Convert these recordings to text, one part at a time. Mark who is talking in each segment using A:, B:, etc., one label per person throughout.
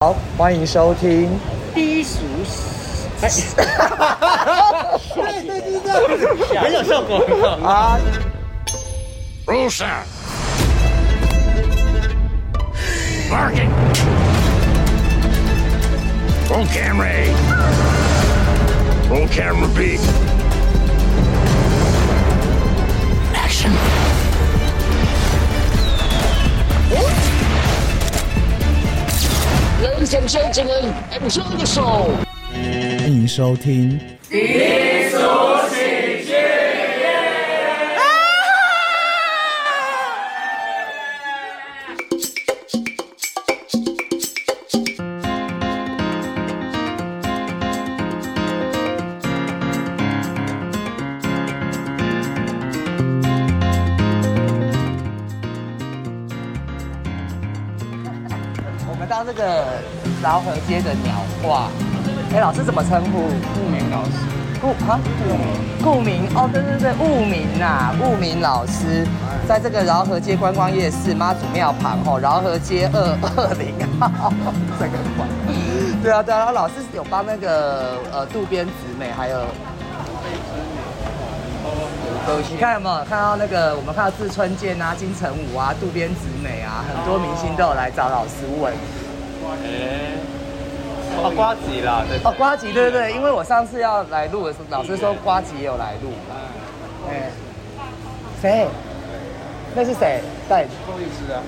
A: 好，欢迎收听。
B: 低俗，哎，
A: 对对对对，
B: 很有效果，很好。
A: 啊，
C: Rusa! Bargain! Roll camera A. Roll camera B. Action!
D: Ladies and gentlemen, enjoy the show.
A: 欢迎收听。我们到这个饶河街的鸟话，哎，老师怎么称呼？
B: 顾明老师，
A: 顾啊，顾明哦，对对对，雾明呐、雾明老师，在这个饶河街观光夜市妈祖庙旁哦，饶河街二二零号，这个馆。 对啊对啊，然后老师有帮那个呃渡边直美还有。你看有没有看到那个？我们看到志村健啊、金城武啊、渡边直美啊，很多明星都有来找老师问。
B: 哎哦，瓜子啦，对，
A: 哦，瓜吉，对对对，因为我上次要来录的时候，老师说瓜吉也有来录。
B: 嗯
A: 哎，谁？那是谁？戴
B: 郭律师啊，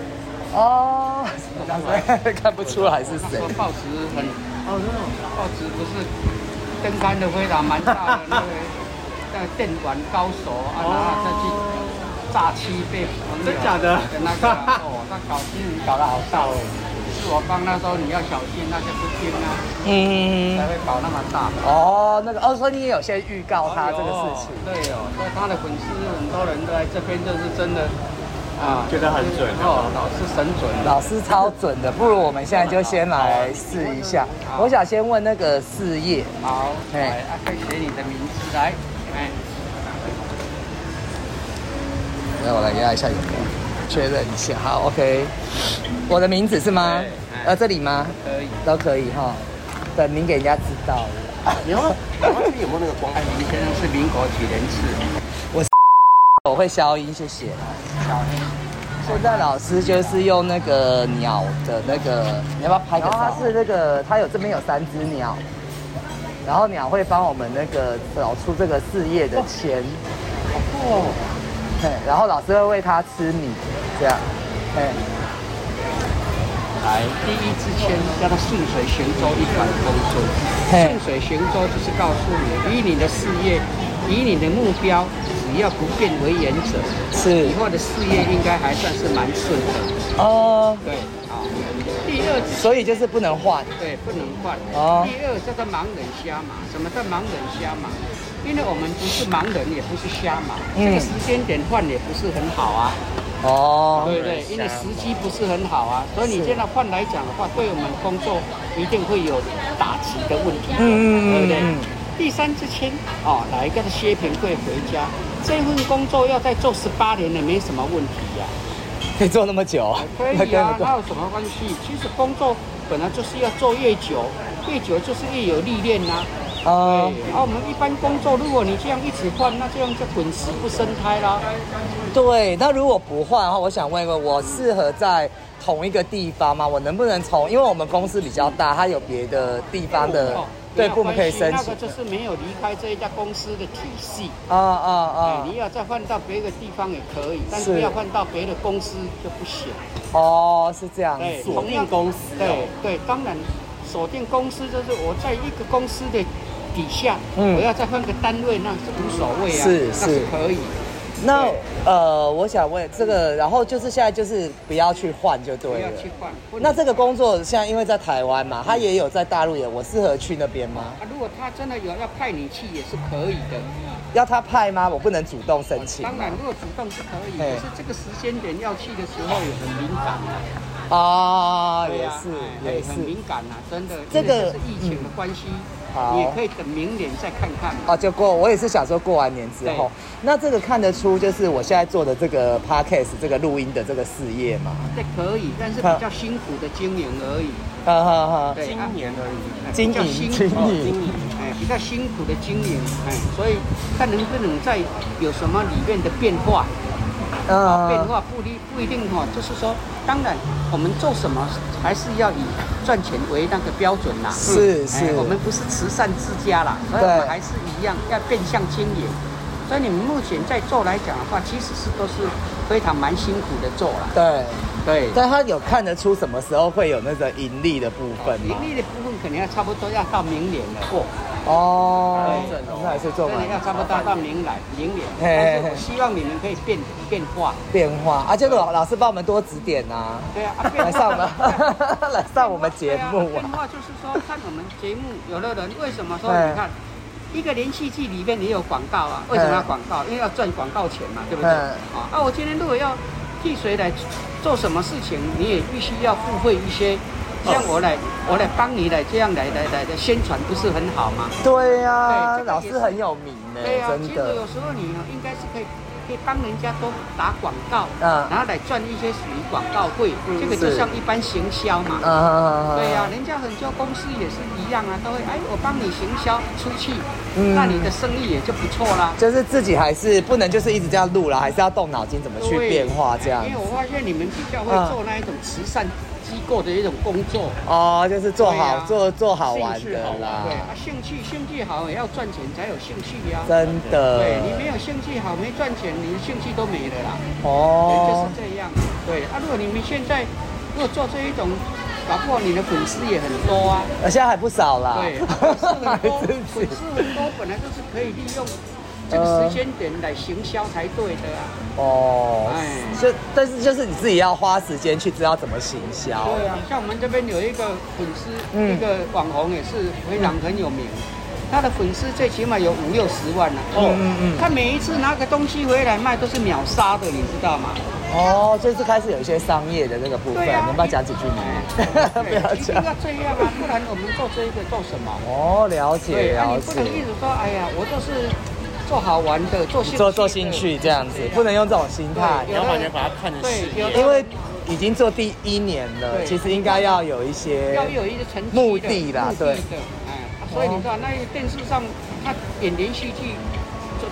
A: 哦， 看不出来是谁。
E: 说报纸很，哦，那种报纸不是登刊的非常蛮大的那个，那个电玩高手啊，然后再去诈欺被朋友啊
B: 真假的
E: 那个啊哦，那搞新闻搞得好大哦。是我帮他说你要小心，那些不听啊，才
A: 嗯，
E: 会搞那么大。
A: 哦，那个哦，所以你也有先预告他这个事情。
E: 对哦，所以他的粉丝很多人都来这边，就是真的啊，
B: 觉得很准
E: 哦，老是神准的。
A: 老师超准的，不如我们现在就先来试一下。我想先问那个事业，
E: 好，
A: 哎
E: 来，啊，可以写你的名字来，哎。
A: 来我来给他一下眼光，确认一下。好，OK。我的名字是吗？呃，这里吗？
E: 可以，
A: 都可以哈。等您给人家知道了。
E: 你要，你有没有那个光？哎，林先生是民国几年次？
A: 我会消音，谢谢。现在老师就是用那个鸟的那个，你要不要拍个照？它是那个，它有这边有三只鸟，然后鸟会帮我们那个找出这个事业的钱。哦。然后老师会喂它吃米，这样。哎，
E: 来，第一支签叫它顺水行舟，一帆风顺。
A: 嘿
E: 顺水行舟就是告诉你，以你的事业，以你的目标，只要不变为原则，
A: 是
E: 以后的事业应该还算是蛮顺的。
A: 哦，
E: 对，好。第二支
A: 所以就是不能换。
E: 对，不能换。
A: 哦
E: 第二叫做盲人瞎马，什么叫盲人瞎马？因为我们不是盲人，也不是瞎马，
A: 嗯
E: 这个时间点换也不是很好啊。
A: 哦，
E: 对不对？因为时机不是很好啊，所以你这样换来讲的话，对我们工作一定会有打击的问题，
A: 嗯嗯嗯
E: 对不对
A: 嗯？
E: 第三支签哦，哪一个的薛平贵回家？这份工作要再做十八年也没什么问题呀、
A: 可以做那么久？
E: 可 以啊，那有什么关系？其实工作本来就是要做越久，越久就是越有历练呐、
A: 哦，
E: 对，啊，我们一般工作，如果你这样一直换，那这样就滚石不生胎啦。
A: 对，那如果不换的话，我想问一问，我适合在同一个地方吗？我能不能从？因为我们公司比较大，它有别的地方的
E: 哦
A: 对
E: 没有
A: 部门可以申
E: 关系
A: 请
E: 那个。就是没有离开这一家公司的体系。
A: 啊啊
E: 哎，
A: 啊！
E: 你要再换到别的地方也可以，但
A: 是
E: 是要换到别的公司就不行。
A: 哦，是这样
E: 对，
A: 子。
E: 哎同样公司。
A: 啊
E: 对对，当然锁定公司就是我在一个公司的底下，
A: 嗯
E: 我要再换个单位，那是无所谓啊，
A: 是
E: 那
A: 是
E: 是可以。
A: 那呃，我想问这个，然后就是现在就是不要去换就
E: 不
A: 对
E: 要
A: 了。
E: 去嗯换。
A: 那这个工作现在因为在台湾嘛，它也有在大陆也，我适合去那边吗？
E: 啊，如果他真的有要派你去，也是可以的。
A: 要他派吗？我不能主动申请吗。
E: 哦当然，如果主动是可以，
A: 哎
E: 可是这个时间点要去的时候也很敏感啊。
A: 啊，
E: 对
A: 也
E: 呀
A: 是
E: 哎
A: 也
E: 很
A: 是
E: 敏感呐、真的。
A: 这个嗯
E: 因为是疫情的关系，
A: 好
E: 你也可以等明年再看看。
A: 啊，就过，我也是想说过完年之后
E: 对，
A: 那这个看得出就是我现在做的这个 podcast 这个录音的这个事业嘛，
E: 这可以，但是比较辛苦的经营而已。
A: 哈哈哈。
E: 嗯对，啊
F: 年而已，
E: 哎
A: 经
E: 比较
A: 营
E: 辛
A: 经
E: 苦
A: 营，
E: 哎，比较辛苦的经营，哎，所以看能不能在有什么里面的变化，
A: 嗯
E: 变化不一不一定哈、就是说，当然我们做什么还是要以赚钱为那个标准啦。
A: 是是
E: 哎我们不是慈善之家啦，所以我
A: 对
E: 们还是一样要变相经营。所以你们目前在做来讲的话，其实是都是非常蛮辛苦的做啦。
A: 对，
E: 对
A: 但他有看得出什么时候会有那个盈利的部分吗
E: 盈？利的部分可能要差不多要到明年了。哦
A: 哦
B: 对，
A: 那还是做
E: 真
A: 蛮
E: 的要差不多到明来明年，
A: 嘿嘿嘿
E: 但是我希望你们可以变变化，
A: 变化，啊，这个老老师帮我们多指点啊，
E: 对啊，啊变
A: 来
E: 化
A: 上了
E: 对啊
A: 来上我们节目
E: 变
A: 啊，
E: 化就是说，看我们节目，有的人为什么说
A: 嗯
E: 你看一个连续剧里面也有广告啊？
A: 哎
E: 为什么要广告？因为要赚广告钱嘛，对不对？
A: 嗯
E: 啊，啊，我今天如果要替谁来做什么事情，你也必须要付费一些。像我来，
A: 哦
E: 我来帮你来这样来来来来宣传，不是很好吗？
A: 对呀，
E: 对这个也是啊
A: 老师很有名呢，
E: 对啊，其
A: 哎真
E: 实
A: 的
E: 有，时候你哦应该是可以可以帮人家多打广告，
A: 嗯
E: 然后来赚一些属于广告费，这个就是像一般行销嘛。
A: 啊
E: 对呀、人家很多公司也是一样啊，都会哎，我帮你行销出去，
A: 嗯
E: 那你的生意也就不错啦。
A: 就是自己还是不能就是一直这样录啦，还是要动脑筋怎么去
E: 对
A: 变化这样
E: 因为我发现你们比较会
A: 嗯
E: 做那一种慈善机构的一种工作，
A: 哦，就是做
E: 对
A: 好
E: 啊
A: 做做好玩
E: 兴趣
A: 的
E: 好玩
A: 啦
E: 对，啊，兴趣兴趣好也要赚钱才有兴趣呀、啊。
A: 真的，
E: 对你没有兴趣好，没赚钱，你的兴趣都没了啦。
A: 哦
E: 人，就是这样。对啊，如果你们现在如果做这一种，搞不好你的粉丝也很多啊。
A: 呃现在还不少啦，
E: 对，粉丝很多，
A: 还是
E: 粉丝很多本来就是可以利用这个时间点来行销才对的啊。
A: 哦，
E: 哎
A: 就但是就是你自己要花时间去知道怎么行销，
E: 对啊，像我们这边有一个粉丝，
A: 嗯
E: 一个网红也是非常很有名。他的粉丝最起码有五六十万了、哦，
A: 嗯嗯
E: 他每一次拿个东西回来卖都是秒杀的，你知道吗？
A: 哦，就是开始有一些商业的那个部分，
E: 对啊
A: 你要不要讲几句呢？ 不要
E: 对一定
A: 讲。
E: 要这样啊，不然我们做这个做什么？
A: 哦，了解
E: 对，那
A: 了
E: 你不能一
A: 解。
E: 直说，哎呀，我就是做好玩的，做兴趣的
A: 做做兴趣这样子，不能用这种心态，
E: 对
F: 老板娘把它看成
E: 对
F: 事业，
E: 有的
A: 因为已经做第一年了，
E: 对
A: 其实应该要有一些
E: 要有一个成绩
A: 呃
E: 的
A: 目的啦
E: 目
A: 对
E: 的哎，啊所以你知道那电视上他演连续剧，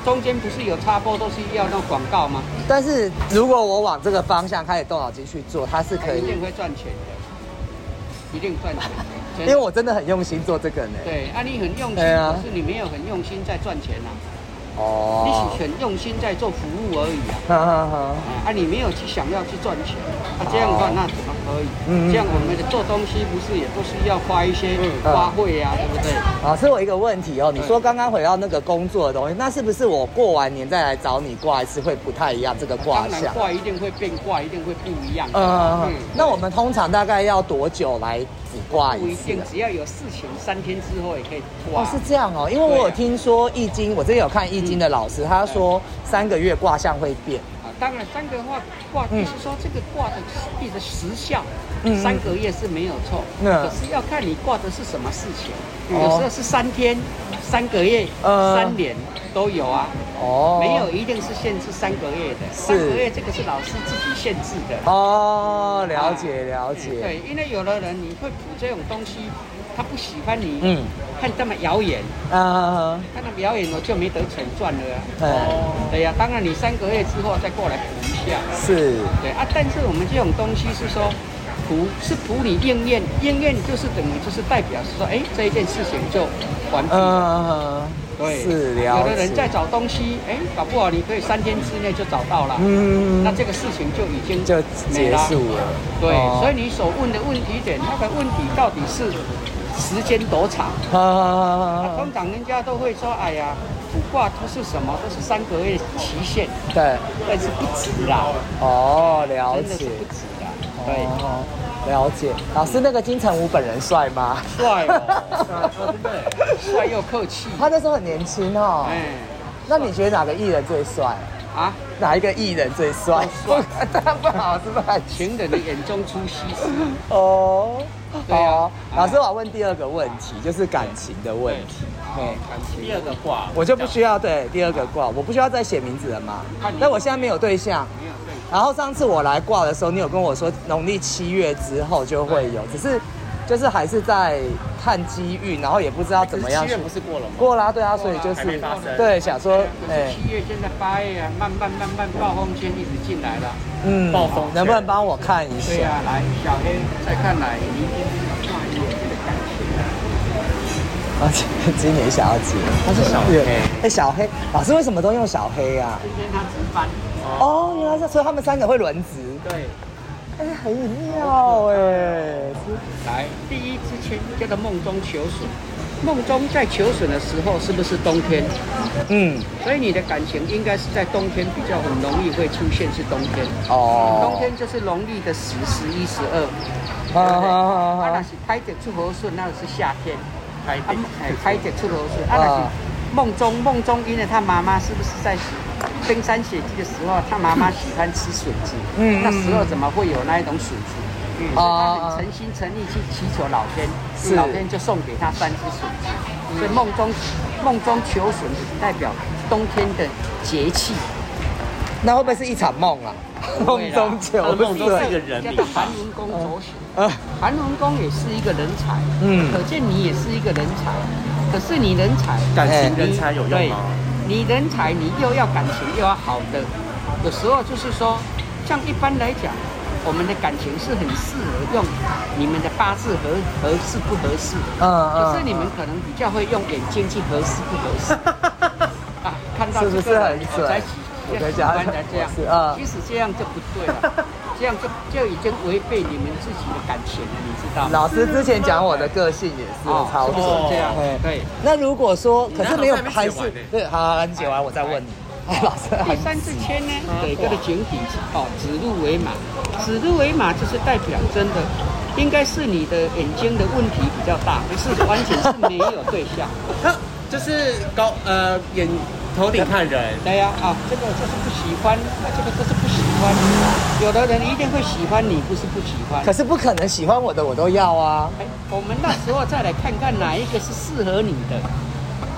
E: 中中间不是有插播都是要那广告吗？
A: 但是如果我往这个方向开始动脑筋去做，它是
E: 他
A: 可
E: 一
A: 以，
E: 定会赚钱的，一定赚 钱的，
A: 因
E: 真
A: 为
E: 的
A: 我真的很用心做这个呢。
E: 对，啊，你很用心，
A: 对啊
E: 可是你没有很用心在赚钱呐、啊你
A: 哦
E: 只，很用心在做服务而已啊。
A: 哈哈 哈，
E: 啊，你没有去想要去赚钱，啊，这样的话那怎么可以？
A: 哦嗯嗯嗯
E: 这样我们的做东西不是也不需要花一些花费啊，对不对？
A: 老师，我有一个问题哦，你说刚刚回到那个工作的东西，那是不是我过完年再来找你挂一次会不太一样这个卦
E: 当然
A: 象？
E: 卦一嗯定会变卦，一定会不一样。
A: 呃，那
E: 我
A: 我们通常大概要多久来只挂
E: 不
A: 一
E: 一
A: 次
E: 定
A: 啊？，
E: 只要有事情，三天之后也可以挂。
A: 哦，是这样哦，因为我有
E: 对啊
A: 听说易经，我之前有看易经的老
E: 嗯
A: 师，他说三个月卦象会变。
E: 啊，当然三个卦卦
A: 嗯
E: 就是说这个卦的地的时效
A: 嗯，
E: 三个月是没有错，
A: 嗯
E: 可是要看你挂的是什么事情。
A: 哦
E: 有时候是三天、三个月、
A: 呃
E: 三年都有啊。
A: 哦，
E: 没有，一定是限制三个月的。三个月这个是老师自己限制的。
A: 哦，了解
E: 哎
A: 了解，
E: 对，因为有的人你会补这种东西，他不喜欢你，
A: 嗯
E: 嗯，看他们谣言，
A: 啊，
E: 看他们谣言我就没得钱赚了啊。
A: 哎
E: 对呀、当然你三个月之后再过来补一下。
A: 是，
E: 对啊，但是我们这种东西是说。补是补你应验，应验就是等于就是代表是说，哎，这一件事情就完毕
A: 嗯，
E: 了。对，
A: 是了
E: 有的人在
A: 解，
E: 找东西，哎，搞不好你可以三天之内就找到了，
A: 嗯
E: 那这个事情就已经
A: 就
E: 没
A: 结
E: 了
A: 束了。
E: 对，
A: 哦
E: 所以你所问的问题点，那个问题到底是时间多长？啊，
A: 啊，
E: 通常人家都会说，哎呀，卜卦都是什么，都是三个月期限，
A: 对，
E: 但是不止啦，
A: 哦，了
E: 真的是
A: 解，
E: 不止啦，对。
A: 哦，了解。老师，那个金城武本人帅吗？
E: 帅哦，帅又客气，
A: 他那时候很年轻哦。
E: 哎，
A: 那你觉得哪个艺人最帅？
E: 啊，
A: 哪一个艺人最帅？
E: 都哦帅
A: 但 不好是不是很轻
E: 情人的眼中出西施。
A: 哦？
E: 对啊
A: 好
E: 哎
A: 老师，我要问第二个问题，就是感情的问题。嘿
B: 第二个卦，
A: 我就不需要对第二个卦，我不需要再写名字了嘛
E: 看。你
A: 那我现在没有对象，
E: 没有对，
A: 然后上次我来挂的时候，你有跟我说农历七月之后就会有，只是就是还是在看机遇，然后也不知道怎么样
B: 可
A: 去
B: 是七月不是过了吗？
A: 过啦，对啊，所以就
B: 还没
A: 是
B: 发生
A: 对想说，
E: 可
A: 哎
E: 是，七月现在八月啊，慢慢慢慢暴风圈一直进来了。
A: 嗯
B: 暴风，
A: 能不能帮我看一
E: 对
A: 下？
E: 呀、来小黑，再看来你已经跨越这个感情
A: 啊，
E: 了。
A: 今今年想要结，他是小黑，哎、小黑，老师为什么都用小黑啊？
E: 今天他值班，
A: 哦，原来是，所以他们三个会轮值，
E: 对，
A: 哎、很妙哎、
E: 来第一支签叫做梦中求笋。梦中在求笋的时候，是不是冬天？
A: 嗯，
E: 所以你的感情应该是在冬天比较很容易会出现，是冬天。
A: 哦，
E: 冬天就是农历的十、十一、十二，对不对？
A: 啊啊啊啊
E: 啊，那是开着出头顺，那是夏天。
B: 开
E: 啊
B: 店，
E: 哎，开着出头顺，
A: 啊
E: 啊，那是梦中梦中，因为他妈妈是不是在登山雪地的时候，他妈妈喜欢吃笋子，
A: 嗯嗯
E: 那时候怎么会有那一种笋子？嗯，所以他
A: 啊啊啊
E: 很诚心诚意去祈求老天
A: 是，
E: 老天就送给他三只笋子。所以梦中梦中求笋子代表冬天的节气，
A: 那会不会是一场梦啊？梦中
B: 他
A: 求
B: 的梦中是
A: 对，
B: 一个人
E: 叫
B: 名
E: 做韩文公左选。
A: 呃，
E: 韩文公也是一个人才，
A: 嗯
E: 可见你也是一个人才，可是你人才哎
B: 感
A: 情
B: 人才有用吗
E: 对你人才，你又要感情又要好的，有时候就是说，像一般来讲，我们的感情是很适合用你们的八字合合适不合适，
A: 嗯嗯
E: 可是你们可能比较会用眼睛去合适不合 适啊，看到
A: 是不
E: 这个
A: 是很
E: 人我
A: 准
E: 才喜
A: 我才
E: 才喜
A: 讲
E: 欢才这样
A: 是啊，
E: 其实这样就不对了。 这样就就已经违背你们自己的感情了，你知道吗？
A: 老师之前讲我的个性也是
E: 哦
A: 超
E: 是不
A: 准
E: 是这样
A: 嘿？
E: 对。
A: 那如果说，可是没有，
B: 啊你那老师还没
A: 还
B: 写完
A: 是
B: 呢
A: 对，好，好好你解完我再问你。哎， 老师，
E: 第三支签呢，给这个井底之哦，指鹿为马，指鹿为马就是代表真的，应该是你的眼睛的问题比较大，不是完全是没有对象。
B: 他就是高呃眼头顶看人，
E: 对呀、啊，这个就是不喜欢，啊，这个就是不喜欢。有的人一定会喜欢你，不是不喜欢。
A: 可是不可能喜欢我的我都要啊。
E: 哎，我们那时候再来看看哪一个是适合你 的。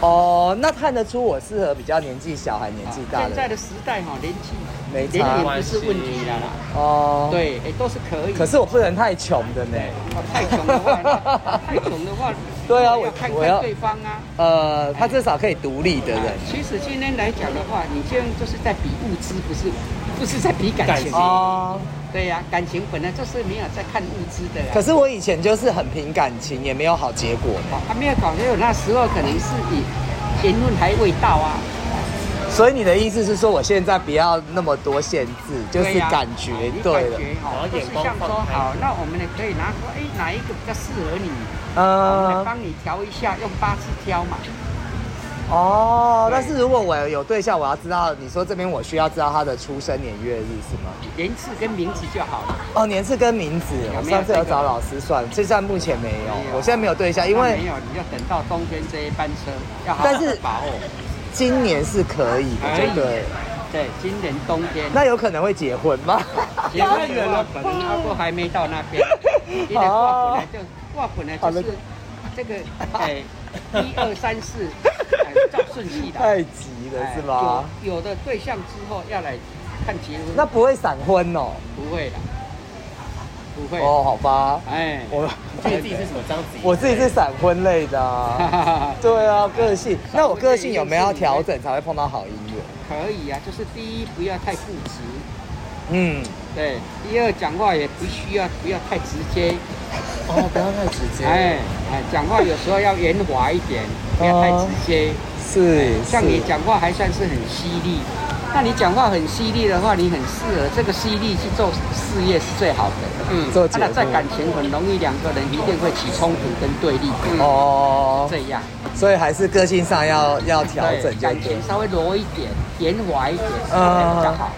A: 哦，那看得出我适合比较年纪小还年纪大
E: 现在
A: 的
E: 的时代哈、年纪
A: 没
E: 年
A: 差
E: 龄不是问题了啦。
A: 哦。，
E: 对，哎，都是可以。
A: 可是我不能太穷的呢。
E: 哦太穷 的话，太穷的话，
A: 对啊
E: 我
A: 我
E: 要看
A: 我要
E: 看对方啊。
A: 呃，他至少可以独立的人。
E: 其实今天来讲的话，你这样就是在比物资，不是不是在比感情。
A: 哦，
E: 对呀、感情本来就是没有在看物资的啊啦。
A: 可是我以前就是很凭感情，也没有好结果呢。
E: 哦还没有搞清楚，那时候可能是以言论还未到啊。
A: 所以你的意思是说，我现在不要那么多限制，就是
E: 对呀
A: 感觉
E: 你
A: 对
E: 感
A: 了。
E: 觉
B: 然后
E: 好，就
B: 哦眼
E: 是
B: 光
E: 像说
B: 放开
E: 好，那我们也可以拿出哎哪一个比较适合你，我们来
A: 呃，
E: 帮你调一下，用八字挑嘛。
A: 哦，
E: 对
A: 但是如果我有对象，我要知道，你说这边我需要知道他的出生年月日是吗？
E: 颜字跟名字就好了。
A: 哦，年次跟名字，
E: 有
A: 我
E: 没有
A: 上次有
E: 这个
A: 找老师算，这在目前没
E: 没
A: 有，
E: 有
A: 我现在没有对象，因为
E: 没有，你要等到冬天这一班车，要好好
A: 但是
E: 把握。
A: 今年是可以的，
E: 可以
A: 就对了。
E: 对，今年冬天。
A: 那有可能会结婚吗？
E: 也太远了，本来阿布还没到那边，你的卦本来就卦本来就是这个哎，一二三四，哎照顺序 的，
A: 太急了
E: 哎
A: 是吧？？
E: 有有的对象之后要来看结婚，
A: 那不会闪婚哦。
E: 不会的，不会，
A: 哦，好吧，
E: 哎，
A: 我
B: 所以自己是什么章子怡？
A: 我自己是闪婚类的、 啊。对啊，个性。那我个性有没有要调整才会碰到好姻缘？
E: 可以啊，就是第一不要太固执，
A: 嗯，
E: 对，第二讲话也不需要不要太直接，
A: 哦，不要太直接
E: 哎哎，讲话有时候要圆滑一点，不要太直接。
A: 哦是，
E: 像你
A: 是，
E: 讲话还算是很犀利，那你讲话很犀利的话，你很适合这个犀利去做事业是最好的。嗯
A: 做节目
E: 那在感情很容易两个人一定会起冲突跟对立。哦，
A: 嗯哦，
E: 这样
A: 所以还是个性上要要调整
E: 对
A: 就
E: 感
A: 对
E: 情。稍微柔一点，圆滑一点，
A: 嗯
E: 嗯，比较好。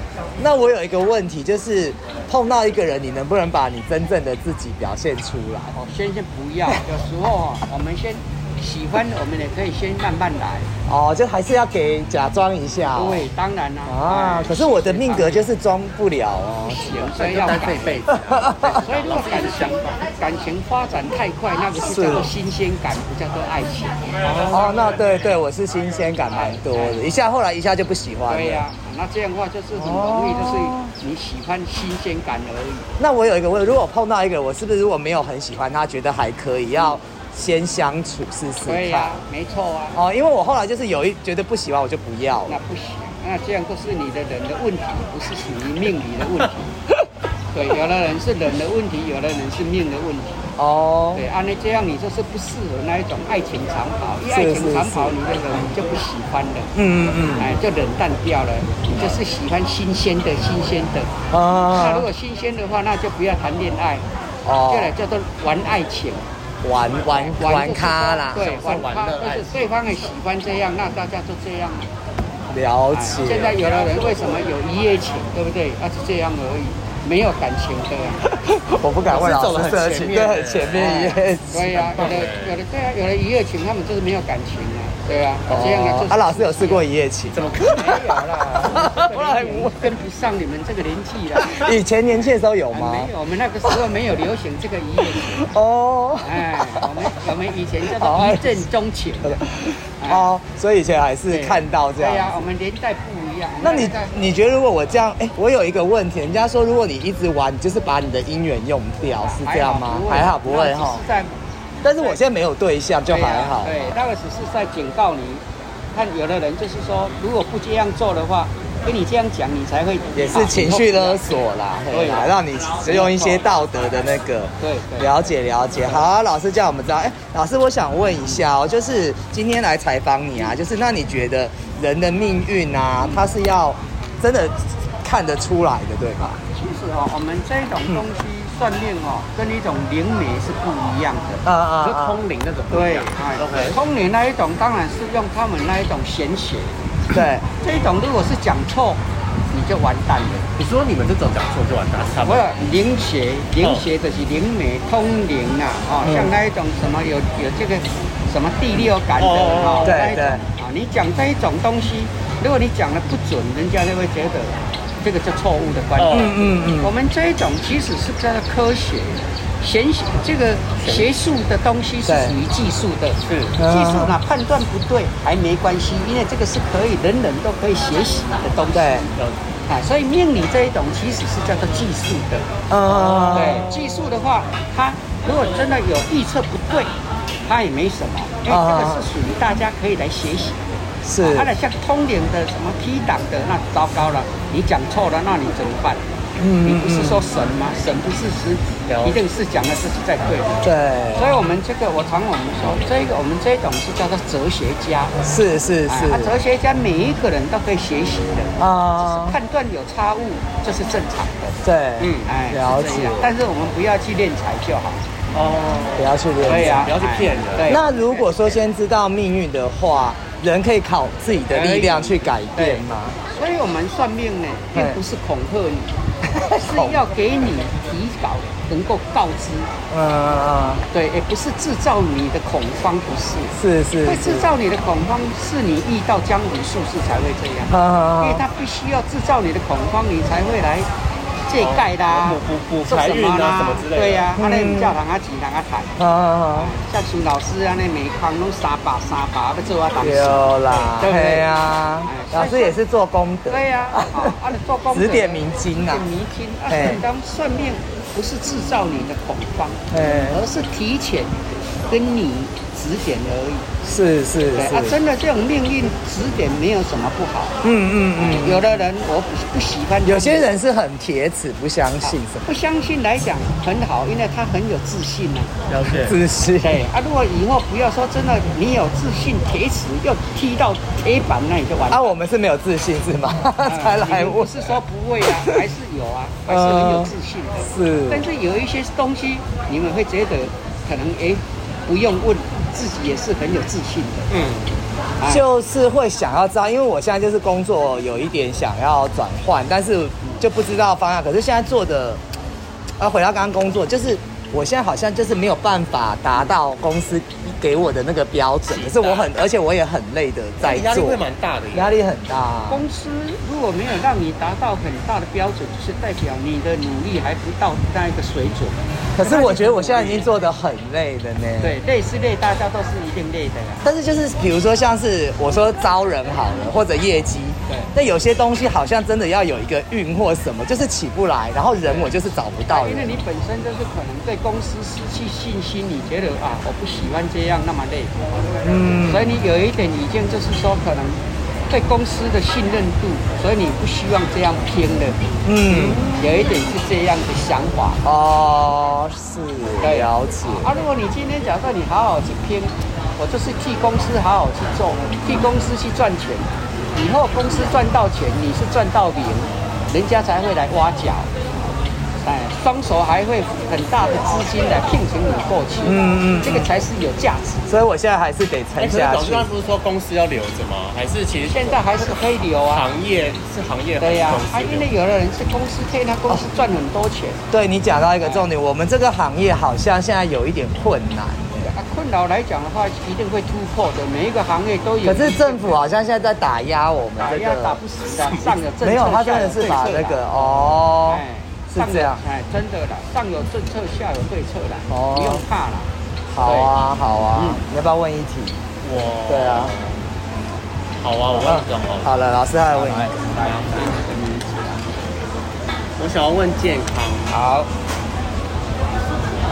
A: 那我有一个问题，就是碰到一个人，你能不能把你真正的自己表现出来？
E: 哦，先先不要，有时候哦我们先喜欢我们也可以先慢慢来。
A: 哦，就还是要给假装一下、哦。
E: 对，当然啦。
A: 啊
E: 哎，
A: 可是我的命格就是装不了哦。
E: 不行，所以要改
B: 单费一辈子啊。
E: 所以如果感情感情发展太快，那个
A: 是
E: 就叫做新鲜感，不叫做爱情。
A: 哦，那对对，我是新鲜感蛮多的，一下后来一下就不喜欢了。
E: 对呀、那这样的话就是很容易，就是你喜欢新鲜感而已。
A: 那我有一个问，如果碰到一个人，我是不是如果没有很喜欢他，觉得还可以，要先相处试试
E: 对呀、
A: 看？
E: 没错啊，
A: 哦，因为我后来就是有一觉得不喜欢，我就不要
E: 那
A: 了。
E: 不行，那这样就是你的人的问题，不是属于命理的问题。对，有的人是人的问题，有的人是命的问题。
A: 哦，
E: 对，按、啊、那这样你就是不适合那一种爱情长跑，一
A: 是
E: 爱情长跑
A: 是是
E: 你的人你就不喜欢了。
A: 嗯嗯
E: 哎，就冷淡掉了。你就是喜欢新鲜的，新鲜的。
A: 嗯，
E: 那如
A: 啊，
E: 果新鲜的话，那就不要谈恋爱，就来
A: 哦，
E: 叫做玩爱情，
A: 玩玩玩咖啦，
E: 对，玩
B: 玩
E: 咖
B: 乐爱
E: 就是对方也喜欢这样，那大家就这样。
A: 了
E: 哎
A: 解。
E: 现在有的人为什么有一夜情，对不对？那是这样而已，没有感情的。
A: 我不敢问
B: 老师
A: 老
B: 走得
A: 师
B: 很
A: 色
B: 前
A: 情，
B: 面
A: 对，
B: 耶
A: 很前面也
E: 哎 对呀、有的有的对啊，有的一夜情，他们就是没有感情啊，对啊，这样啊，就
A: 哦
E: 是。
A: 啊，老师有试过一夜情？
B: 怎么可能？
E: 没有啦
A: ，我来问
E: 跟不上你们这个年纪了。
A: 以前年轻的时候有
E: 啊
A: 吗
E: 没？有，我们那个时候没有流行这个一夜情。
A: 哦，
E: 哎，我们我们以前 叫
A: 啊
E: 做一见钟情。
A: 哦，所以以前还是看到这
E: 对
A: 样
E: 呀、。我们年代不一样。
A: 那你
E: 我们代
A: 你觉得如果我这样，哎、我有一个问题，人家说如果你一直玩，你就是把你的姻缘用掉，是这样吗？
E: 哎
A: 还好不会哈
E: 那只是。在
A: 但是我现在没有对象，就还好。
E: 对，那个只是在警告你。看有的人就是说，如果不这样做的话，跟你这样讲，你才会啊
A: 也是情绪勒。索啦，对啦，
E: 对
A: 让你只用一些道德的那个。
E: 对对。
A: 了解了解，好、啊，老师叫我们知道。哎、老师，我想问一下哦，就是今天来采访你啊，就是那你觉得人的命运啊，它是要真的看得出来的，对吧？
E: 其实哦，我们这种东西算命哦，跟一种灵媒是不一样的。
A: 啊啊
B: 是通灵那种不一
E: 对
B: 样。
E: 哎
B: OK，
E: 通灵那一种当然是用他们那一种玄学，
A: 对，
E: 这一种如果是讲错，你就完蛋了。
B: 你说你们这种讲错就完蛋，差
E: 我
B: 不多。
E: 有灵学，灵学就是灵媒、通灵啊，哦，
A: 嗯
E: 像那一种什么有有这个什么第六感的
B: 哦
E: 哦，
A: 对
E: 那一种
A: 对
E: 啊，你讲这一种东西，如果你讲的不准，人家就会觉得这个就错误的观
B: 哦
E: 点。
A: 嗯嗯
E: 我们这一种其实是叫做科学，玄学这个学术的东西是
A: 对
E: 属于技术的，是
A: 啊
E: 技术那判断不对还没关系，因为这个是可以人人都可以学习的东西。
A: 对
E: 啊，所以命理这一种其实是叫做技术的。
A: 嗯，啊
E: 对，技术的话，它如果真的有预测不对，它也没什么，因为这个是属于大家可以来学习的。
A: 啊是。
E: 它的像通灵的什么 P 档的，那糟糕了，你讲错了，那你怎么办？
A: 嗯
E: 你不是说神吗？神不是实
B: 了，解
E: 一定是讲的自己在对的。
A: 对，
E: 所以我们这个，我常我们说，这个我们这种是叫做哲学家。
A: 是是
E: 哎啊，哲
A: 是
E: 学家每一个人都可以学习的，
A: 啊，
E: 哦判断有差误这是正常的。
A: 对，
E: 嗯，哎，
A: 了
E: 是这
A: 解
E: 样，但是我们不要去练财就好。
B: 哦，
A: 不要去练。
E: 对呀、
B: 不要去骗人
E: 哎对，
A: 那如果说先知道命运的话，人可以靠自己的力量去改变吗？
E: 所以我们算命呢，并不是恐吓你，是要给你提早能够告知，
A: 嗯，
E: 对，也不是制造你的恐慌，不是。
A: 是是
E: 会
A: 是
E: 制。造你的恐慌，是你遇到江湖术士才会这样，因为
A: 啊，
E: 他必须要制造你的恐慌，你才会来借盖啊啦、
B: 补补补
E: 做
B: 财
E: 什
B: 运
E: 么
B: 啊什
E: 啦
B: 么之，类的。
E: 对呀，
A: 嗯
E: 他那唔叫人家钱，人家谈。
A: 啊，
E: 像孙老师啊，那每空拢三百三百，要做啊当时。
A: 有啦，
E: 对不
A: 对
E: 对？
A: 呀，老师也是做功德，
E: 对呀， 啊，啊，你做功德
A: 指点迷津呐
E: 指点，迷津。啊，
A: 哎
E: 所以当算命不是制造你的恐慌，
A: 哎，
E: 而是提前跟你指点而已。
A: 是是
E: 对啊，
A: 是，
E: 真的这种命运指点没有什么不好。
A: 嗯嗯
E: 嗯，有的人我不不喜欢，
A: 嗯，有些人是很铁齿，不相信什么
E: 不相信来讲很好，因为他很有自信呐、啊。
B: 了解。
A: 自信，
E: 对啊，如果以后不要说真的，你有自信，铁齿又踢到铁板，那你就完了。
A: 啊，我们是没有自信是吗？ 才来问，
E: 我是说 不会啊，还是有啊，还是很有自信的。
A: 是
E: 但是有一些东西，你们会觉得可能哎、诶不用问，自己也是很有自信的。
B: 嗯，
E: 啊
A: 就是会想要知道，因为我现在就是工作有一点想要转呃换，但是就不知道方向。可是现在做的，要回到刚刚工作，就是我现在好像就是没有办法达到公司给我的那个标准，可是我很，而且我也很累的在
B: 压力
A: 做
B: 会，蛮大的耶。
A: 压力很大啊。
E: 公司如果没有让你达到很大的标准，就是代表你的努力还不到那一个水准。
A: 可是我觉得我现在已经做的很累了呢。。
E: 对，累是累，大家都是一定累的啦。
A: 但是就是比如说像是我说招人好了，或者业绩，
E: 对
A: 那有些东西好像真的要有一个运或什么，就是起不来，然后人我就是找不到
E: 因为
A: 人。
E: 你本身就是可能对公司失去信心，你觉得啊，我不喜欢这样那么累，
A: 嗯，
E: 所以你有一点已经就是说可能对公司的信任度，所以你不希望这样拼了，
A: 嗯，
E: 有一点是这样的想法。
A: 哦，是了解。
E: 啊，如果你今天假设你好好去拼，我就是替公司好好去做，替公司去赚钱，以后公司赚到钱，你是赚到零，人家才会来挖角，哎，双手还会很大的资金来聘请你过去，
A: 嗯嗯嗯
E: 这个才是有价值。
A: 所以我现在还是得沉
B: 哎，可是
A: 下
B: 老师
A: 去
B: 刚。刚不是说公司要留着吗？还是其实
E: 现在还是可以留啊，
B: 行业是行业
E: 对呀、
B: 还是公司
E: 啊，因为有的人是公司替他公司赚很多钱，
A: 对你讲到一个重点，我们这个行业好像现在有一点困难。
E: 啊，困扰来讲的话，一定会突破的，每一个行业都
A: 可
E: 有。
A: 是政府好像现在在打压我们
E: 打
A: 这
E: 压打
A: 个，
E: 不死的，上有政策，
A: 没有，他真
E: 下有
A: 的是
E: 对
A: 把
E: 策
A: 那
E: 啦
A: 个哦，
E: 哎
A: 是这样。
E: 哎，真的啦，上有政策，下有对策啦，
A: 哦
E: 不用怕啦。
A: 好啊，好啊
E: 嗯，
A: 你要不要问一题？
B: 我
A: 对啊，
B: 好啊，我问你就好了。
A: 好了，老师还有问
B: 来
A: 你。
B: 来啊，我想要问健康
A: 好，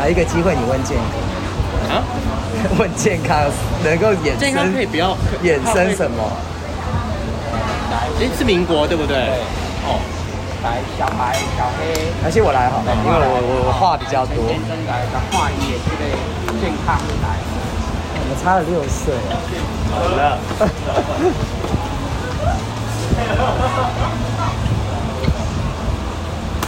A: 来一个机会，你问健康，
B: 啊，
A: 问健康能够衍
B: 健康可以
A: 生
B: 不要
A: 衍生什
B: 么？
A: 么？
B: 哎，是民国对不对？哦，
E: 来，小白、小黑，
A: 而且我来好了，因为我我我话比较多，
E: 陈先生来，他话也这个健康来。
A: 我们差了六岁。
B: 啊好 了，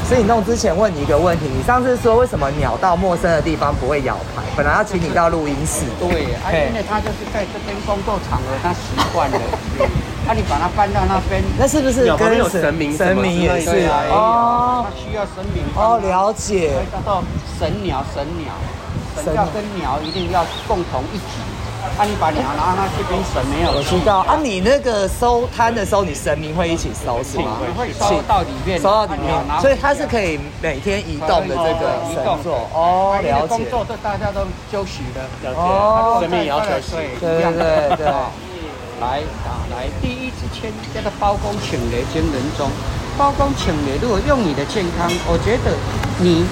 A: 所以弄之前问你一个问题，你上次说为什么鸟到陌生的地方不会咬牌？本来要请你到录音室，
E: 对，啊，
A: 嘿
E: 因为他就是在这边工作场合，他习惯了。 啊，你把他搬到那边，啊
A: 那是不是
B: 鸟旁
A: 跟
B: 边有神明
A: 神明也
B: 什么之类
A: 是
B: 的啊
A: 哦
E: 他需要神明帮他
A: 哦，了解
E: 所以叫做神鸟，神鸟，
A: 神
E: 神
A: 鸟
E: 要跟鸟一定要共同一体。啊，你把鸟拿到那这边神没有，
A: 我知道啊。你那个收摊的时候，你神明会一起收是吗？
E: 会收到里面，
A: 收到里
E: 啊
A: 面，所以它是
E: 以
A: 可以每天移动的这个
E: 移
A: 神
E: 动啊
A: 座哦，了
E: 工
A: 解。
E: 作对大家都休息的，
A: 哦
B: 了解，生命也要休息。
A: 对
E: 一样的
A: 对对对
E: 哦来啊来，第一支签叫做包公请雷惊人中，包公请雷，如果用你的健康，我觉得你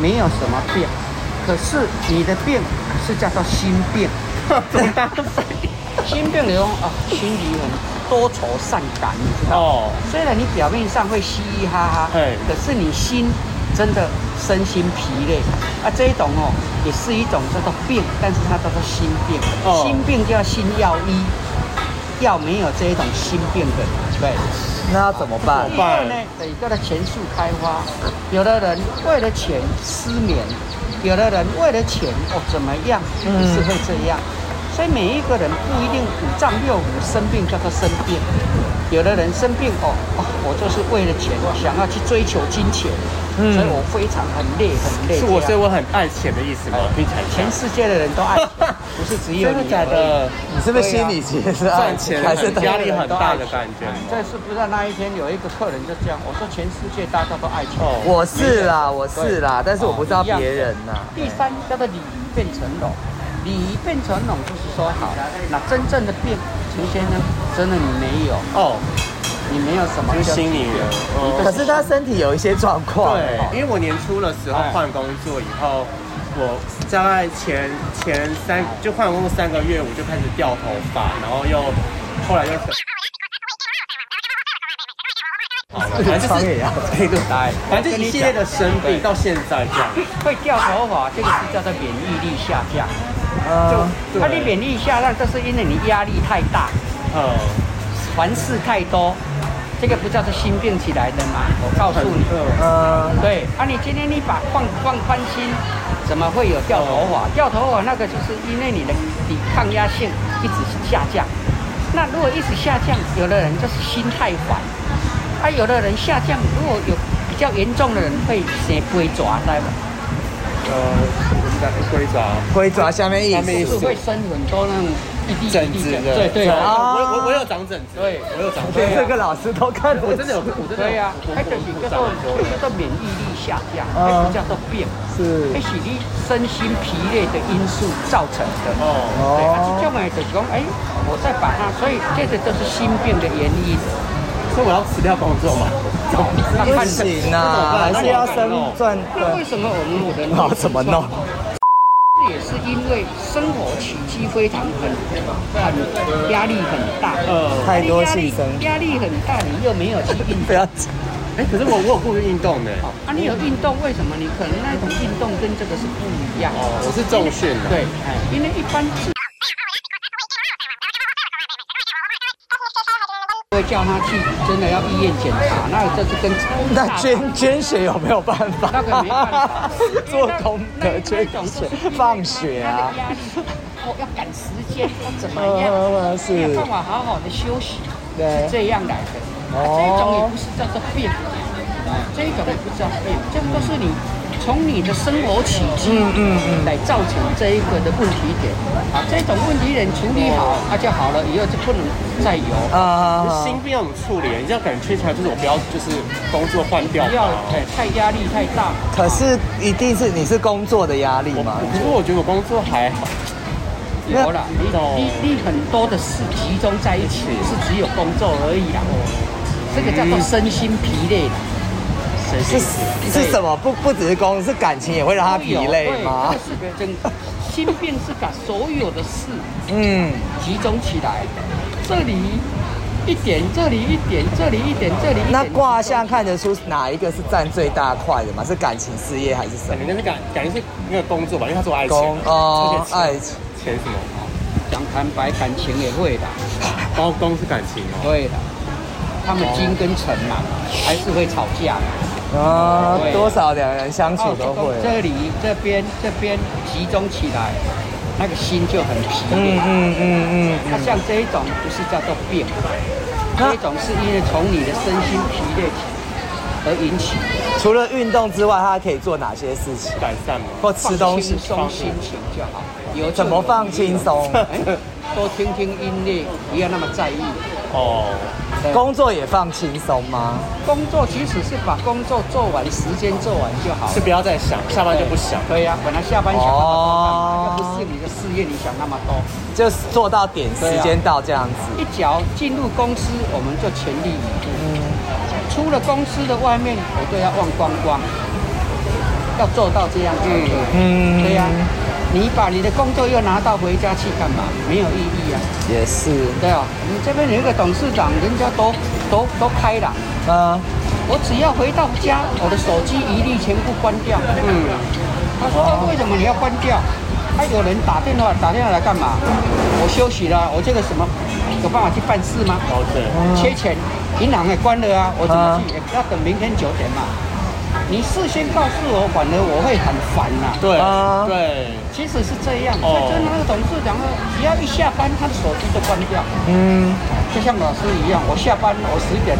E: 没有什么病，可是你的病是叫做心病。 心病流啊，心里很多愁善感，你知道吗
B: 哦，
E: 虽然你表面上会嘻嘻哈哈，
B: 哎
E: 可是你心真的身心疲累啊。这一种哦，也是一种叫做病，但是它叫做心病。
B: 哦
E: 心病就要心药医，要没有这一种心病的，对。
A: 那要怎么办？
E: 第二呢，每个的钱树开花，有的人为了钱失眠，有的人为了钱哦怎么样，也是会这样。所以每一个人不一定五脏六腑生病叫做生病，有的人生病哦哦，我就是为了钱，我想要去追求金钱，
A: 嗯
E: 所以我非常很累很累。
B: 是我，
E: 这
B: 所以
E: 样
B: 我很爱钱的意思吗？听起来像
E: 全世界的人都爱钱，不是只有
B: 真
E: 你
B: 的假
E: 而已？啊
B: 的？
A: 你是不是心里其实是爱
B: 赚
A: 情
B: 钱
A: 还是
B: 很压力
A: 很？
B: 很大的感觉。
E: 这是不知道那一天有一个客人就这样，我说全世界大家都爱钱。
B: 哦
A: 我是啦，我是啦，但是我不知道别人呐。
E: 第三叫做鲤鱼变成龙，鲤鱼变成龙就是说好，那真正的变，陈先生真的你没有，
B: 哦，
E: 你没有什么
B: 就是
E: 叫
B: 心里的。哦
A: 可是他身体有一些状况，
B: 对，因为我年初的时候
E: 哎
B: 换工作以后，我大概前前三就换工作三个月，我就开始掉头发，然后又后来又 粉。好了，反正
A: 苍
B: 就
A: 也
B: 是
A: 要
B: 对对 来，反正就一系列的生
E: 对
B: 病到现在这样，
E: 会掉头发，这个是叫做免疫力下降。呃
A: 嗯，
B: 对
E: 那你免疫力下降，这是因为你压力太大，
B: 嗯，
E: 烦事太多，这个不叫做心病起来的嘛。我告诉
B: 很
E: 你，
B: 饿，
A: 嗯，
E: 对啊，你今天你把放放宽心，怎么会有掉头发？掉头发那个就是因为你的抵抗压性一直下降。那如果一直下降，有的人就是心太烦，啊，有的人下降如果有比较严重的人会先龟爪，知道吗？
B: 呃，在龟爪，
A: 龟爪下面一
B: 下面一
E: 是会生很多那种一滴
B: 整
E: 一
B: 只
E: 滴
B: 的，
E: 对对
B: 我
E: 啊，
B: 我我我有长整只，
E: 对
B: 我有长整
A: 连
B: 只，
A: 这个老师都看
B: 我
A: 得
B: 真的有，我真的
E: 对
B: 有
E: 啊，
B: 我
E: 还就是
B: 我
E: 叫
B: 长
E: 做
B: 很多
E: 叫做免哎疫力下降，
A: 嗯
E: 还是叫做病，
A: 是
E: 还是你身心疲累的因素造成的。
B: 哦，
E: 对，啊，这
A: 哦，
E: 种的就是讲，哎，我再把它，所以这个都是心病的原因。
B: 所以我要辞掉工作嘛，
A: 不行啊，还是要生赚
E: 那
A: 对。
E: 为什么我们有的人
A: 好，怎么弄？
E: 也是因为生活起居非常很很压力很大，
B: 呃，
A: 太多细生，
E: 压力很大，你又没有去运
A: 不
E: 动。
A: 要
B: 哎，可是我我有顾虑运动呢，
E: 啊，你有运动，为什么你可能那种运动跟这个是不一样？
B: 哦，我是重训的，
E: 对，哎因为一般是会叫他去真的要医院检查，那这是跟
A: 那捐捐血有没有办法？
E: 那个没办法
A: 做功德捐血，放血啊！
E: 他的压力我要赶时间，我怎么样？
A: 呃，
E: 没有
A: 是
E: 办，法好好的休息，
A: 对
E: 是这样来的。啊
A: 哦
E: 这一种也不是叫做病，这一种也不叫病，这都是你从你的生活起居，
A: 嗯嗯嗯
E: 来造成这一个的问题点。啊，这种问题点处理好，它、就好了，以后就不能再有。
A: 啊
B: 可是，心病要怎么处理？啊你这样感觉听起来就是我不要就是工作换掉
E: 不要
B: 吧，
E: 哎太压力太大，
A: 可是一定是你是工作的压力
B: 我
A: 嘛？
B: 不过我觉得我工作还好，
A: 那
E: 有了，你你你很多的事集中在一起，不是嗯只有工作而已啦。这个叫做身心疲累啦。
B: 谁
A: 是
B: 信
A: 是什么？不不只是工，是感情也会让他疲累吗？
E: 对这个是整心病是把所有的事
A: 嗯，
E: 集中起来，这里一点，这里一点，这里一点，这里一点。
A: 那卦象看得出哪一个是占最大块的吗？是感情、事业还是什
B: 感
A: 么
B: 觉？那是感感觉是那个工作吧，因为他是我爱钱
A: 工
B: 嘛，
A: 哦
B: 而，且
A: 爱情。
B: 钱什么？
E: 讲坦白，感情也会的，
B: 包工是感情哦，
E: 会的。他们金跟诚嘛，还是会吵架嘛。
A: 啊
E: 对，哦
A: 多少两人相处都会。
E: 这里这边这边集中起来，那个心就很疲累。
A: 嗯嗯嗯
E: 那像这一种不是叫做病，这一种是因为从你的身心疲累而引起的。
A: 嗯。除了运动之外，他还可以做哪些事情？
B: 改善嘛。
A: 或吃东西
E: 放轻松心情就好。有
A: 怎么放轻？松？
E: 哎，多听听音乐，不要那么在意。
B: 哦，
E: 对
A: 工作也放轻松吗？
E: 工作其实是把工作做完，时间做完就好
B: 是
E: 了。
B: 不要再想，下班就不想。
E: 对呀、本来下班想那
A: 哦
E: 么多干嘛，又不是你的事业，你想那么多。
A: 就是做到点，
E: 对啊
A: 时间到这样子。
E: 一脚进入公司，我们就全力以赴。出了公司的外面，我都要忘光光。要做到这样才可以。
A: 嗯
E: 对呀、你把你的工作又拿到回家去干嘛？没有意义啊。
A: 也是，
E: 对啊，你这边有一个董事长，人家都都都开朗。
A: 嗯，
E: 我只要回到家，我的手机一律全部关掉。嗯，他说、哎为什么你要关掉？还、有人打电话打电话来干嘛？我休息了啊，我这个什么有办法去办事吗？
B: 哦，对，
E: 缺钱，银行也关了啊，我怎么去？要等明天九点嘛。你事先告诉我，反而我会很烦呐、
B: 对
A: 啊
B: 对，
E: 其实是这样，所以
B: 哦
E: 真的那个董事长呢，啊只要一下班，他的手机就关掉。
A: 嗯，
E: 就像老师一样，我下班我十点，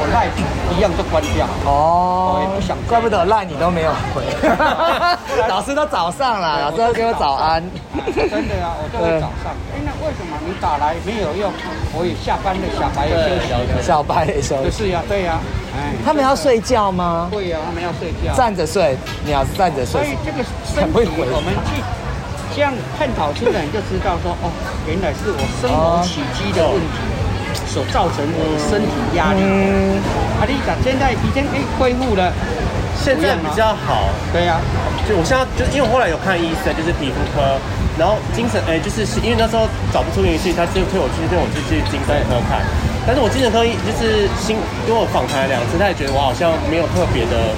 E: 我赖一样就关掉。
A: 哦
E: 我也不想，
A: 怪不得赖你都没有 回，老师都早上啦，老师都给我早安。
E: 真的啊，我就会早 上。哎，那为什么你打来没有用？我也下班了，小孩也休息了。
A: 小白也休
E: 不
A: 息，
E: 是呀、对呀、哎，
A: 他们要睡觉吗？
E: 会啊呀、他们要睡觉。
A: 站着睡，你要是站着
E: 所
A: 睡
E: 以，这个身体，我们去这样探讨出来，你就知道说，哦，原来是我生活起居的问题所造成我的身体压力。
A: 嗯，
E: 啊，你讲现在已经哎恢复了，
B: 现在比较好。
E: 对呀、
B: 就我现在就是因为我后来有看医生，就是皮肤科，然后精神哎、就是因为那时候找不出原因，所以他就推我去推我去去精神科看。但是我精神科医就是心跟我访谈了两次，他也觉得我好像没有特别的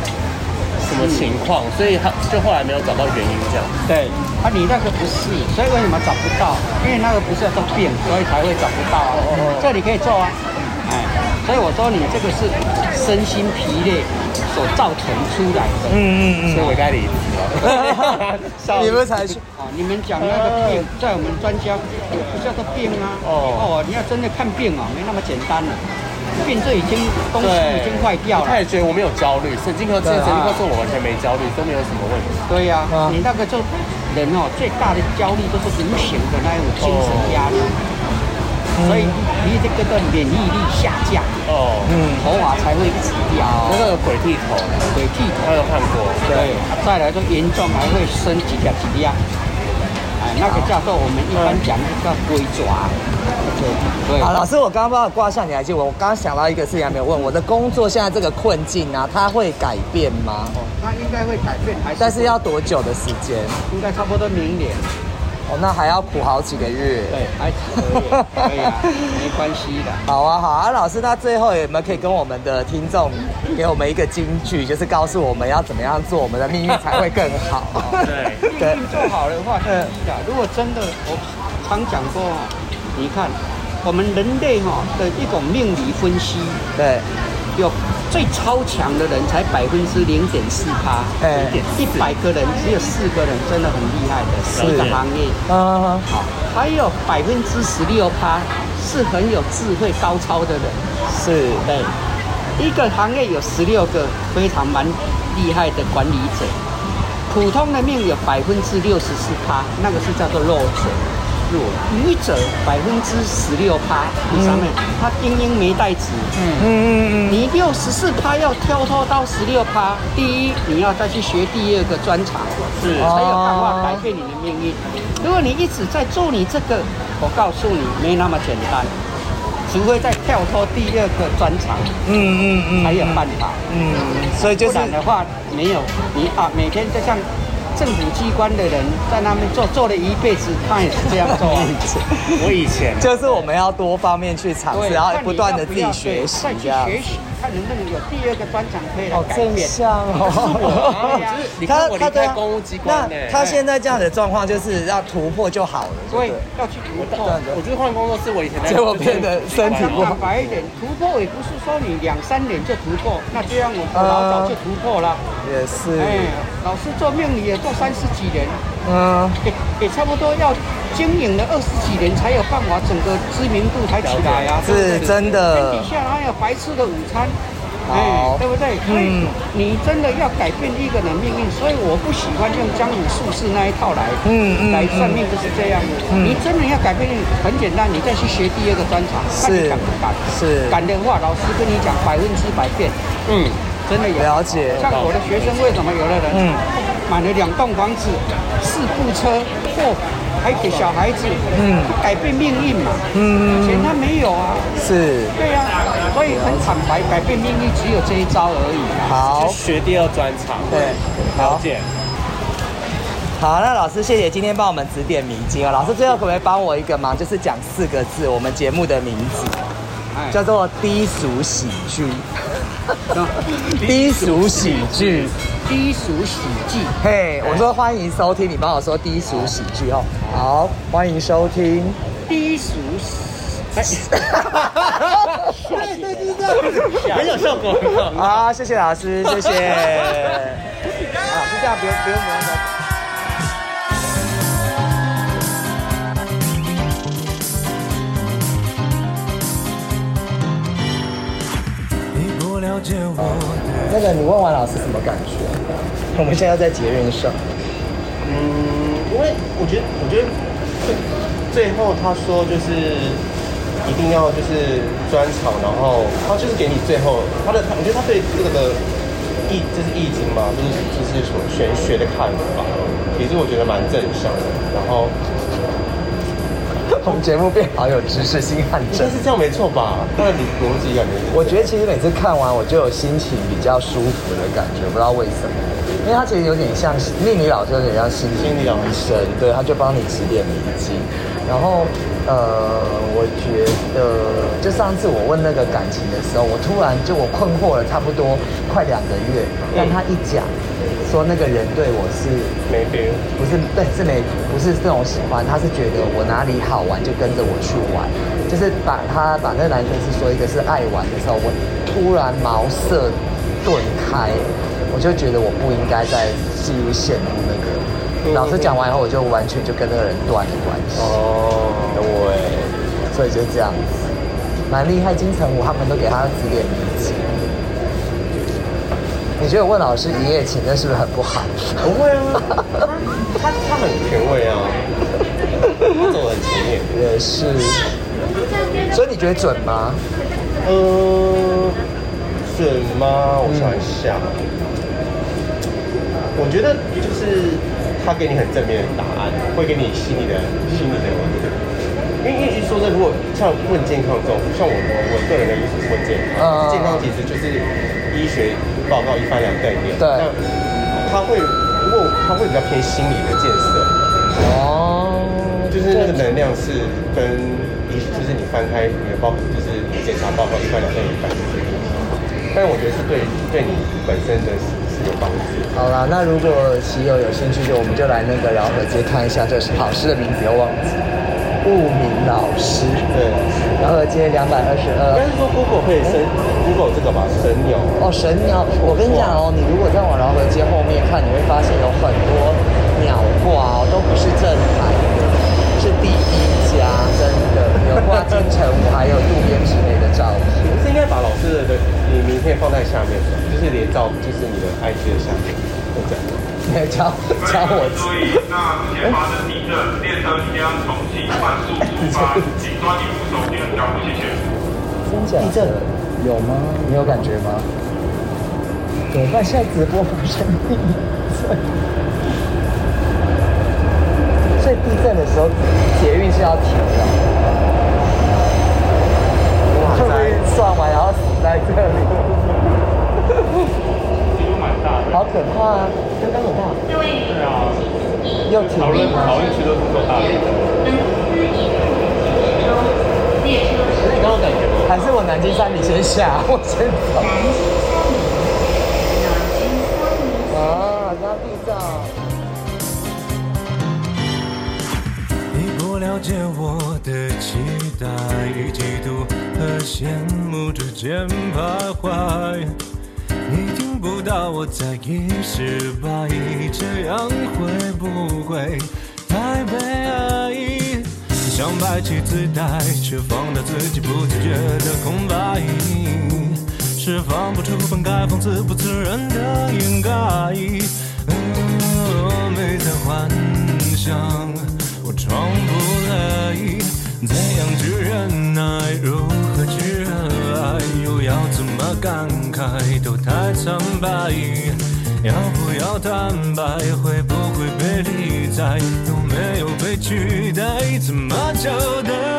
B: 什么情况，所以他就后来没有找到原因这样。
E: 对，啊，你那个不是，所以为什么找不到？因为那个不是都病，所以才会找不到啊。这里可以做啊，哎，所以我说你这个是身心疲累所造成出来
A: 嗯
E: 的。
A: 嗯
B: 所以我该离职
A: 嗯，。
B: 了
A: 你们才去，
E: 啊，你们讲那个病，在我们专家也不叫做病啊。
B: 哦
E: 哦，你要真的看病啊，没那么简单了、啊。变这已经东西已
B: 对，
E: 经坏掉了
B: 他。也觉得我没有焦虑，神经科
A: 对
B: 神
A: 啊
B: 经科说我完全没焦虑，都没有什么问题。
E: 对呀、
A: 啊
E: 你那个就人哦，最大的焦虑就是无形的那一种精神压力，所以你这个的免疫力下降，
B: 哦，
A: 嗯，
E: 头发才会一直掉，
B: 那个鬼剃头，
E: 鬼剃头。
B: 他有看过。
E: 对，再来就严重还会生几条几啊，哎，那个叫做我们一般讲的叫龟爪，对 对。
A: 好，老师，我刚刚帮我挂上你来接我，我刚刚想到一个事情还没有问，我的工作现在这个困境啊，它会改变吗？
E: 那应该会改变，还哦是
A: 但是要多久的时间？
E: 应该差不多明年。
A: 哦，那还要苦好几个月。
E: 对，还可以，可以啊，没关系的。
A: 好啊，好啊，老师，那最后有没有可以跟我们的听众给我们一个金句，就是告诉我们要怎么样做，我们的命运才会更好？
B: 对
A: 对
E: 运做好的话，第
A: 嗯
E: 一啊，如果真的，我常讲过哦，你看我们人类哈的一种命理分析，
A: 对，
E: 有最超强的人才百分之零点四趴，
A: 哎
E: 一百个人只有四个人真的很厉害的，四个行业。
A: 嗯，
E: 好，还有百分之十六趴是很有智慧高超的人，
A: 是，
E: 对，一个行业有十六个非常蛮厉害的管理者，普通的命有百分之六十四趴，那个是叫做弱者。弱愚者百分之十六趴，你上面他精英没带子，
A: 嗯嗯
E: 你六十四趴要跳脱到十六趴，第一你要再去学第二个专长，
B: 是
E: 才有办法改变你的命运。如果你一直在做你这个，我告诉你没那么简单，除非再跳脱第二个专长
A: 嗯嗯嗯
E: 才有办法，
A: 嗯，所以就
E: 不
A: 是
E: 然的话没有你啊，每天就像。政府机关的人在那边做，做了一辈子，他也是这样做、啊。
B: 我以前
A: 就是我们要多方面去尝试，
E: 对，
A: 然后
E: 看
A: 啊
E: 你
A: 不断的
E: 要不
A: 自己
E: 要
A: 学
E: 对
A: 习
E: 再去
A: 这样。
E: 学习，看能不能有第二个专长可以来
A: 好
E: 改
A: 正
E: 变。
A: 向哦
E: 对啊就是
B: 你看我离开公务机关呢
A: 那他现在这样的状况就是要突破就好了，
E: 所以
A: 对不
E: 要去突
B: 我
E: 破。
B: 我就是换工作是我以前在
A: 结果变得身体不
E: 讲白一点，突破也不是说你两三年就突破，那这样我我老早就突破了。
A: 对也是，
E: 哎，老师做命理也做三十几年，
A: 嗯，
E: 也也差不多要经营了二十几年才有办法整个知名度才起来啊。对不
A: 是
E: 对
A: 真
E: 天
A: 的
E: 底，下哪有白吃的午餐？
A: 好
E: 哎，对不对？所以
A: 嗯
E: 你真的要改变一个人的命运，所以我不喜欢用江湖术士那一套来，
A: 嗯嗯
E: 来算命就是这样。你真的要改变，很简单，你再去学第二个专长，看你
A: 是
E: 敢不敢。
A: 是
E: 敢的话，老师跟你讲百分之百变，
B: 嗯，
E: 真的有。
A: 了解
E: 像我的学生，为什么有的人
A: 嗯
E: 买了两栋房子、四部车，或还给小孩子，
A: 嗯
E: 他改变命运嘛？以
A: 嗯，
E: 前他没有啊。
A: 是
E: 对呀、所以很坦白，改变命运只有这一招而已啊。
A: 好
B: 去，学第二专场，
A: 对，
B: 了
A: 好。
B: 解。
A: 好，那老师谢谢今天帮我们指点迷津哦。老师最后可不可以帮我一个忙，就是讲四个字，我们节目的名字
E: 哎
A: 叫做低俗喜剧。 低俗喜剧，
E: 低俗喜剧，
A: 嘿，我说欢迎收听，你帮我说低俗喜剧哦。好，欢迎收听。
E: 低俗喜
A: 对对对对。
B: 很有效果，很好。
A: 好，谢谢老师，谢谢。好，就这样，不用不用不用。
F: 你不了解我，
A: 那个，你问完老师什么感觉？我们现在在捷运上。
B: 嗯，因为我觉得，我觉得最最后他说就是一定要就是专场，然后他就是给你最后他的，我觉得他对这个的意就是易经嘛，就是就是什么玄学的看法，也是我觉得蛮正向的。然后
A: 我们节目变好有知识性和
B: 应该
A: 真。
B: 是这样没错吧？不然你逻辑感觉是，
A: 我觉得其实每次看完，我就有心情比较舒服的感觉，不知道为什么，因为他其实有点像命理老师，有点像心
B: 心理老师
A: 医生，对，他就帮你指点迷津。然后，呃，我觉得就上次我问那个感情的时候，我突然就我困惑了差不多快两个月，但他一讲说那个人对我是
B: 没 feel。
A: 不是对是没不是这种喜欢，他是觉得我哪里好玩就跟着我去玩，就是把他把那个男生是说一个是爱玩的时候，我突然茅塞顿开，我就觉得我不应该再继续陷入那个。老师讲完以后，我就完哦全就跟那个人断了关系，
B: 哦，对，
A: 所以就这样子。蛮厉害。金城武他们都给他指点迷津。你觉得问老师一夜情，那是不是很不好？
B: 不会啊，他他很权威啊，他走得很前面。
A: 也是。所以你觉得准吗？
B: 呃，准吗？我想一下，我觉得就是他给你很正面的答案，会给你心里的心里的。因为因为说真的，如果像问健康这种，像我我我个人的意思是问健康，
A: 嗯
B: 健康其实就是医学报告一翻两瞪眼。
A: 对
B: 那他会，如果他会比较偏心理的建设，
A: 哦，
B: 就是那个能量是跟你，就是你翻开你的报，就是你检查报告一翻两瞪眼翻就是不一样但我觉得是对对你本身的是是有帮助。
A: 好啦，那如果喜友有兴趣，就我们就来那个饶河街看一下，这是老师的名字又忘记，顾明老师，
B: 对，
A: 饶河街两百二十
B: 应该
A: 二。
B: 是说 Google 可以生 Google 这个吧，神鸟。
A: 哦，神鸟，我跟你讲哦，你如果再往饶河街后面看，你会发现有很多鸟挂哦，都不是正牌的，是第一家，真的有挂金城武，还有渡边直美的照片。
B: 你不是应该把老师的你名片放在下面吗？就是连照，就是你的 IG 的下面，就这样。
A: 没有教教我
G: 所以，那目前发生地震，列车即将重新慢速出 发，请抓紧扶手电交互，谢谢。
A: 真假？地震有吗？你有感觉吗？怎么办？现在直播发生地震，所以地震的时候，捷运是要停的。
B: 哇
A: 会不会算完然后死在这里？好可怕啊！相当可怕。对啊。又停了吗？
B: 区都是做大的。可是你刚刚感觉吗？
A: 还是我南京山你先 下，我先走。啊，刚地震。
F: 你不了解我的期待与嫉妒和羡慕之间徘徊，你听不到我在一失败，这样会不会太悲哀？想摆起姿态，却放大自己不自觉的空白，释放不出本该放肆不自然的掩盖。嗯，没在幻想，我装不来，怎样去忍耐，如何去热爱，又要怎么感慨，都太苍白。要不要坦白，会不会被理睬，有没有被取代，怎么交代？